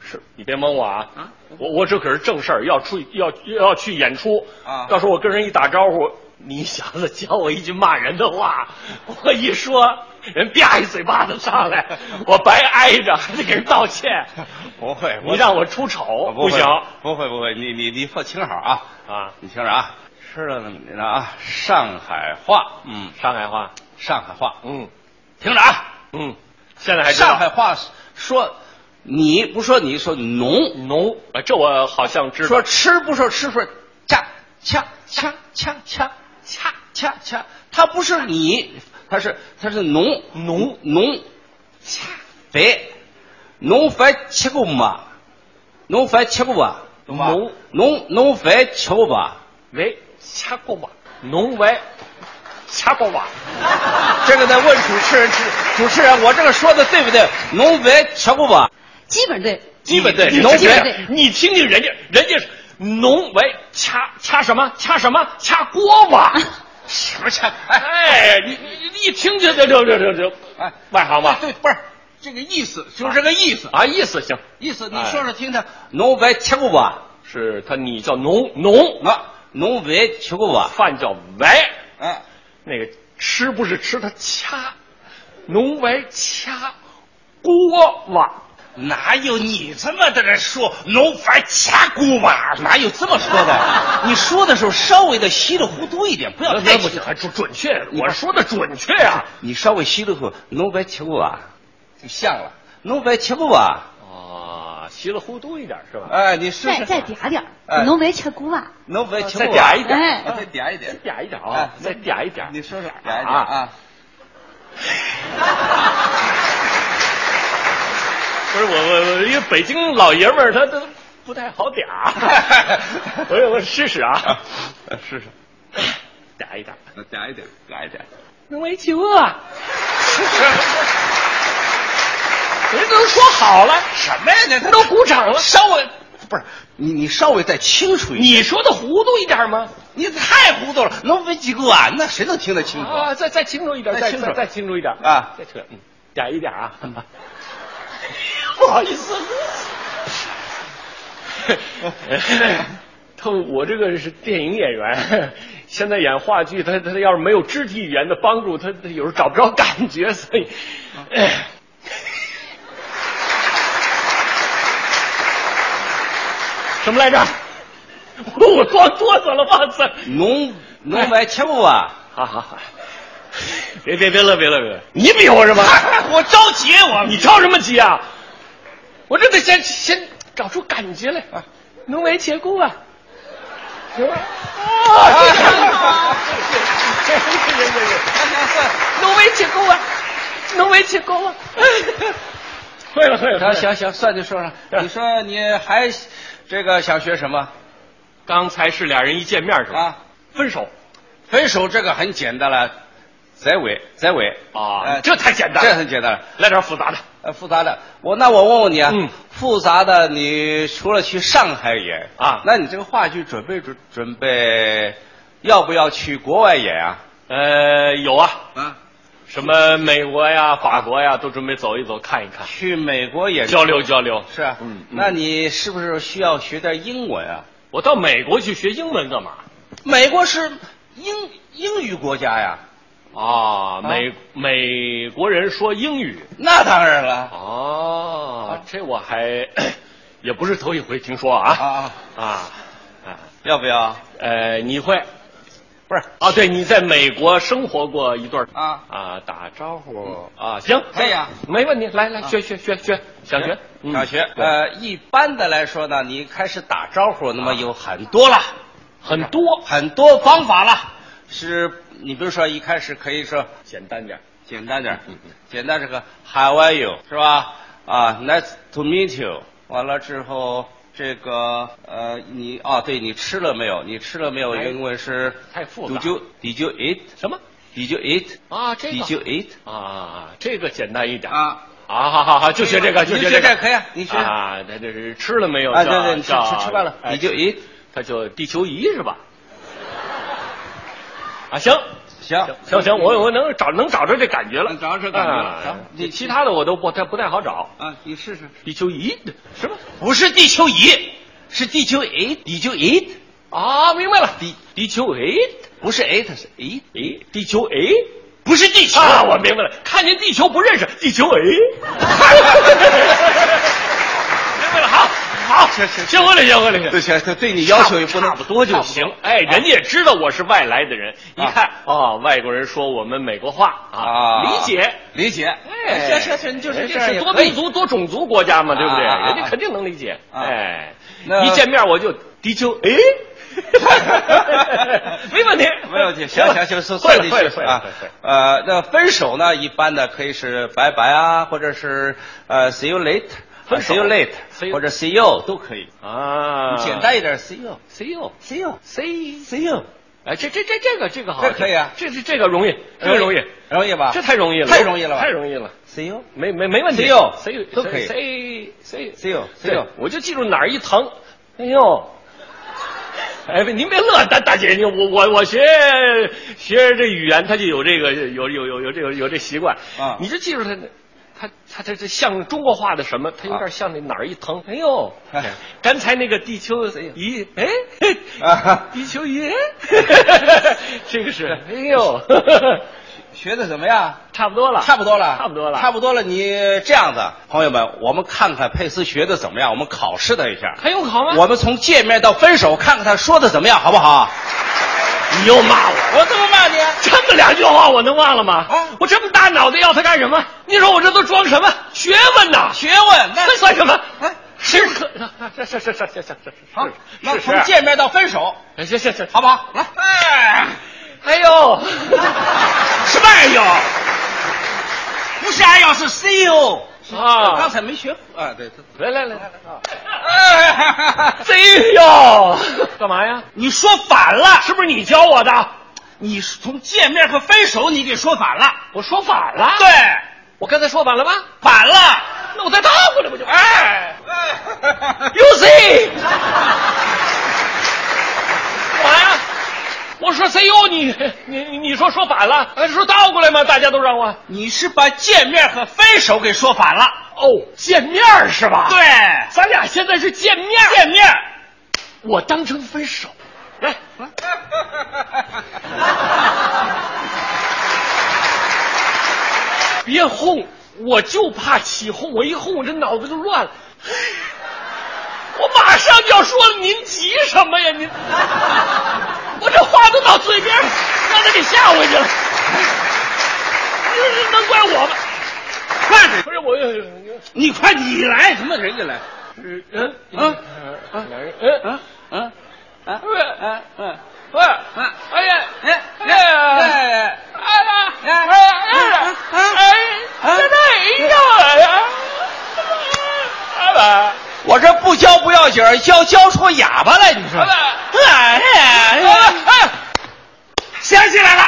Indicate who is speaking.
Speaker 1: 是你别蒙我啊！
Speaker 2: 啊
Speaker 1: 我我这可是正事儿，要出要要去演出
Speaker 2: 啊
Speaker 1: 到时候我跟人一打招呼，你小子教我一句骂人的话，我一说，人啪一嘴巴子上来，我白挨着，还得给人道 歉。
Speaker 2: 不会，
Speaker 1: 你让我出丑
Speaker 2: 不会
Speaker 1: 行
Speaker 2: 不会不会，你你你放听好啊，
Speaker 1: 啊！
Speaker 2: 你听着啊，吃了怎么着啊？上海话，嗯，
Speaker 1: 上海话，
Speaker 2: 上海话，
Speaker 1: 嗯
Speaker 2: 听着啊，
Speaker 1: 嗯，现在还知道
Speaker 2: 上海话说你不说你说浓，
Speaker 1: 浓，啊这我好像知道。
Speaker 2: 说吃不说吃说恰恰恰恰恰恰恰恰，它不是你，它是它是浓浓浓，恰肥，浓肥吃过吗？浓肥吃过吧？
Speaker 1: 懂吧
Speaker 2: 浓浓浓肥吃过吧？
Speaker 1: 喂，恰过瓦，浓喂，恰过 瓦，
Speaker 2: 这个得问主持人，主主持人，我这个说的对不对？浓肥吃过吧？
Speaker 3: 基本对，
Speaker 1: 基本对，
Speaker 3: 你
Speaker 1: 浓
Speaker 3: 基本
Speaker 1: 肥
Speaker 3: 对，
Speaker 1: 你听听人家，人家是浓喂，恰恰什么？恰什么？恰锅 瓦，
Speaker 2: 什么恰？
Speaker 1: 哎，你你你一听就就就就就就，
Speaker 2: 哎
Speaker 1: 外行吧？
Speaker 2: 对，不是这个意思，就是这个意思。
Speaker 1: 啊，意思行，
Speaker 2: 意思
Speaker 1: 哎
Speaker 2: 你说说听听。浓肥吃过吧？
Speaker 1: 是他你叫浓浓，
Speaker 2: 啊，浓肥吃过吧？
Speaker 1: 饭叫喂，
Speaker 2: 啊，
Speaker 1: 那个吃不是吃，他恰，浓喂恰锅瓦。
Speaker 2: 哪有你这么的人说浓肥恰过吧？哪有这么说 的？你说的时候稍微的稀里糊涂一点，不要太
Speaker 1: 那不行，还准准确，我说的准确啊。
Speaker 2: 你稍微稀里糊涂，浓肥吃过吧？就像了，浓肥吃过吧？
Speaker 1: 啊，稀里糊涂一点是吧？
Speaker 2: 哎，你试
Speaker 3: 再
Speaker 2: 试。
Speaker 3: 再嗲点儿，
Speaker 2: 哎
Speaker 3: 浓眉吃古瓦，
Speaker 2: 浓肥吃
Speaker 1: 再
Speaker 2: 过吧？
Speaker 1: 嗲一点，
Speaker 3: 哎
Speaker 2: 啊再嗲一
Speaker 1: 再
Speaker 2: 点。
Speaker 1: 嗲一点啊
Speaker 2: 哎，
Speaker 1: 再嗲一点。
Speaker 2: 你说说，嗲一
Speaker 1: 点
Speaker 2: 点啊！
Speaker 1: 不是我我我，因为北京老爷们儿他他不太好嗲， 我我试试啊，
Speaker 2: 试试，
Speaker 1: 嗲 一点。
Speaker 2: 嗲一点，嗲一点。
Speaker 1: 能为其恶啊！ 人都说好了，
Speaker 2: 什么呀？那他
Speaker 1: 都鼓掌了，
Speaker 2: 稍微不是你，你稍微再清楚一点。
Speaker 1: 你说的糊涂一点吗？
Speaker 2: 你太糊涂了，能分几个啊？那谁能听得清楚？
Speaker 1: 啊，再再清楚一点，
Speaker 2: 再
Speaker 1: 再
Speaker 2: 清楚
Speaker 1: 再再清楚一点
Speaker 2: 啊
Speaker 1: 再清楚，嗯，嗲一点 啊，不好意思， 他我这个是电影演员，现在演话剧，他他要是没有肢体语言的帮助，他他有时候找不着感觉，所以， 哎什么来着？ 我我光哆嗦了，忘词儿。
Speaker 2: 浓浓白切不啊？
Speaker 1: 好好好， 别别别乐，别乐，别乐！你比划什么？
Speaker 2: 哎我着急，我
Speaker 1: 你着什么急啊？我这得先先找出感觉来，啊能为且故啊！行吧？ 啊，这样啊！这这这这这，能为且故啊！能为且故啊！ 会了会了，
Speaker 2: 行行行，算你说说，你说你还这个想学什么
Speaker 1: 刚才是俩人一见面是吧？
Speaker 2: 啊？
Speaker 1: 分手
Speaker 2: 分手这个很简单了，结尾结尾
Speaker 1: 啊，
Speaker 2: 哎
Speaker 1: 这太简单
Speaker 2: 这
Speaker 1: 了，
Speaker 2: 很简单了。
Speaker 1: 来点复杂的。
Speaker 2: 呃，复杂的，我那我问问你啊，
Speaker 1: 嗯
Speaker 2: 复杂的，你除了去上海演
Speaker 1: 啊
Speaker 2: 那你这个话剧准备准准备，要不要去国外演啊？
Speaker 1: 呃，有啊，
Speaker 2: 啊，
Speaker 1: 什么美国呀、法国呀，都准备走一走、看一看，
Speaker 2: 去美国演
Speaker 1: 交流交流。
Speaker 2: 是啊，
Speaker 1: 嗯嗯
Speaker 2: 那你是不是需要学点英文啊？
Speaker 1: 我到美国去学英文干嘛？
Speaker 2: 美国是英英语国家呀，
Speaker 1: 啊，美美国人说英语。
Speaker 2: 那当然了啊
Speaker 1: 哦，这我还 也不是头一回听说啊
Speaker 2: 啊，
Speaker 1: 啊啊！
Speaker 2: 要不要？
Speaker 1: 呃，你会
Speaker 2: 不是
Speaker 1: 啊？对，你在美国生活过一段儿
Speaker 2: 啊
Speaker 1: 啊，打招呼啊，行，
Speaker 2: 可以啊，
Speaker 1: 没问题，来来
Speaker 2: 啊
Speaker 1: 学学学学，想学嗯
Speaker 2: 哎小学，
Speaker 1: 对
Speaker 2: 呃，一般的来说呢，你开始打招呼，那么有很多了。
Speaker 1: 很多
Speaker 2: 啊很多方法了。是你比如说一开始可以说
Speaker 1: 简单点儿，
Speaker 2: 简单点儿，简单这个 How are you 是吧？啊、n i c e to meet you。完了之后，这个呃，你哦，对你吃了没有？你吃了没有？
Speaker 1: 哎
Speaker 2: 英文是
Speaker 1: 太复杂
Speaker 2: Did you Did you eat?
Speaker 1: 什么
Speaker 2: Did you eat?
Speaker 1: 啊？这
Speaker 2: Did you
Speaker 1: 个
Speaker 2: eat?
Speaker 1: 啊，这个简单一点儿
Speaker 2: 啊，
Speaker 1: 啊，好好好，就学这个，就
Speaker 2: 你
Speaker 1: 学
Speaker 2: 学
Speaker 1: 个，
Speaker 2: 这可以啊你学
Speaker 1: 啊，那这是吃了没有？
Speaker 2: 啊，
Speaker 1: 叫
Speaker 2: 对对，你吃
Speaker 1: 叫
Speaker 2: 吃吃饭了
Speaker 1: 哎
Speaker 2: ？Did you eat?
Speaker 1: 它叫地球仪是吧？啊，行
Speaker 2: 行
Speaker 1: 行行，我我能找能找着这感觉了，
Speaker 2: 能找着这感觉了
Speaker 1: 啊
Speaker 2: 行
Speaker 1: 这其他的我都不太不太好找，
Speaker 2: 啊，你试试。
Speaker 1: 地球仪是吧？
Speaker 2: 不是地球仪，是地球 eight，地球 eight，
Speaker 1: 啊，明白了，
Speaker 2: 地地球 eight，不是 eight 是 eight，
Speaker 1: 哎，地球哎。
Speaker 2: 不是地球。
Speaker 1: 啊，我明白了，看见地球不认识，地球哎， 明白了，好，好，
Speaker 2: 行行
Speaker 1: 学会了，学会了，
Speaker 2: 对，行，他对你要求也不能
Speaker 1: 差不多就行。哎，人家也知道我是外来的人，一
Speaker 2: 啊
Speaker 1: 看啊，外国人说我们美国话啊，理解。
Speaker 2: 理解。
Speaker 1: 哎，行行行，就是这
Speaker 2: 样
Speaker 1: 是
Speaker 2: 也
Speaker 1: 多
Speaker 2: 可以
Speaker 1: 民族多种族国家嘛，对不对？
Speaker 2: 啊啊啊
Speaker 1: 人家肯定能理解。
Speaker 2: 啊
Speaker 1: 哎，
Speaker 2: 那
Speaker 1: 一见面我就地球 哎，没问题，
Speaker 2: 没问题，行
Speaker 1: 了
Speaker 2: 行行，算
Speaker 1: 会
Speaker 2: 算
Speaker 1: 了
Speaker 2: 进
Speaker 1: 会了
Speaker 2: 去
Speaker 1: 会了
Speaker 2: 啊
Speaker 1: 会了。会了。
Speaker 2: 呃，那分手呢，一般的可以是拜拜啊，或者是呃 see you later，
Speaker 1: 分手
Speaker 2: see you
Speaker 1: see
Speaker 2: later，
Speaker 1: you-
Speaker 2: 或者 see you 都可以，
Speaker 1: 啊，
Speaker 2: 简单一点 see you
Speaker 1: ，see you。
Speaker 2: see you
Speaker 1: C
Speaker 2: see you，
Speaker 1: 哎，这这这这个这个好，
Speaker 2: 这可以啊
Speaker 1: 这这这个容易，这个容易，
Speaker 2: 容易吧？
Speaker 1: 这啊太容易了，
Speaker 2: 太容易了吧
Speaker 1: 太容易了，
Speaker 2: see you
Speaker 1: 没没没问题
Speaker 2: See you，
Speaker 1: ，C E
Speaker 2: 都可以
Speaker 1: C E C
Speaker 2: see you see
Speaker 1: 对
Speaker 2: you，，
Speaker 1: 哎我就记住哪儿一疼，哎呦。哎，不您别乐，大大姐，你我我我学学这语言，他就有这个有有有有这个有这习惯
Speaker 2: 啊
Speaker 1: 你就记住他，他他这这像中国话的什么？他有点像那哪儿一疼，啊哎呦，
Speaker 2: 哎
Speaker 1: 刚才那个地球仪，哎，
Speaker 2: 啊
Speaker 1: 地球 仪，这个是，哎呦，
Speaker 2: 学的怎么样？
Speaker 1: 差不多了，
Speaker 2: 差不多了，
Speaker 1: 啊差不多了，
Speaker 2: 差
Speaker 1: 不
Speaker 2: 不多了。你这样子，朋友们，我们看看佩斯学的怎么样，我们考试他一下。
Speaker 1: 还用考吗？
Speaker 2: 我们从见面到分手，看看他说的怎么样，好不好？
Speaker 1: 你又骂我。
Speaker 2: 我怎么骂你？
Speaker 1: 这么两句话我能忘了吗？
Speaker 2: 啊
Speaker 1: 我这么大脑袋要它干什么？你说我这都装什么学问呐？
Speaker 2: 学问那
Speaker 1: 那算什么
Speaker 2: 哎？
Speaker 1: 是可是是是是是是是是
Speaker 2: 好，那
Speaker 1: 是啊
Speaker 2: 从见面到分手，
Speaker 1: 是行行行，
Speaker 2: 好不好？来，哎，
Speaker 1: 哎呦，
Speaker 2: 什么哎呦？不是哎呦，是 C U。
Speaker 1: 啊
Speaker 2: 我刚才没学啊，对，对
Speaker 1: 来来来来啊，
Speaker 2: 哎哈哈哈
Speaker 1: 这呦，干嘛呀？
Speaker 2: 你说反了，
Speaker 1: 是不是你教我的？
Speaker 2: 你从见面和分手你给说反了，
Speaker 1: 我说反了。
Speaker 2: 对，，
Speaker 1: 我刚才说反了吧？
Speaker 2: 反了。
Speaker 1: 那我再倒回来不就？哎
Speaker 2: 哎，
Speaker 1: ，You see，干嘛呀？我说 C U，你你你说说反了，哎说倒过来吗？大家都让我
Speaker 2: 你是把见面和分手给说反了。
Speaker 1: 哦，见面儿是吧？
Speaker 2: 对，，
Speaker 1: 咱俩现在是见面儿，
Speaker 2: 哎见面。
Speaker 1: 我当成分手。来， 别哄，我就怕起哄，我一哄我这脑子就乱了。我马上就要说了，您急什么呀？您， 我这话都到嘴边儿，让他给吓回去了。哎你说这能怪我吗？
Speaker 2: 快点，
Speaker 1: 不是我，
Speaker 2: 你快你来，什么人家来？
Speaker 1: 嗯
Speaker 2: 啊
Speaker 1: 啊，两人嗯
Speaker 2: 啊啊啊
Speaker 1: 喂
Speaker 2: 啊啊！
Speaker 1: 喂，哎呀，
Speaker 2: 哎
Speaker 1: 哎
Speaker 2: 哎
Speaker 1: 呀。
Speaker 2: 哎！啊
Speaker 1: 哎呀，哎呀，哎哎，这这一下呀，哎呀，
Speaker 2: 我这不教不要紧儿，教教出哑巴来，你说
Speaker 1: 哎呀，
Speaker 2: 哎呀哎呀！
Speaker 1: 哎呀，
Speaker 2: 想起来了，
Speaker 1: 哎
Speaker 2: 哎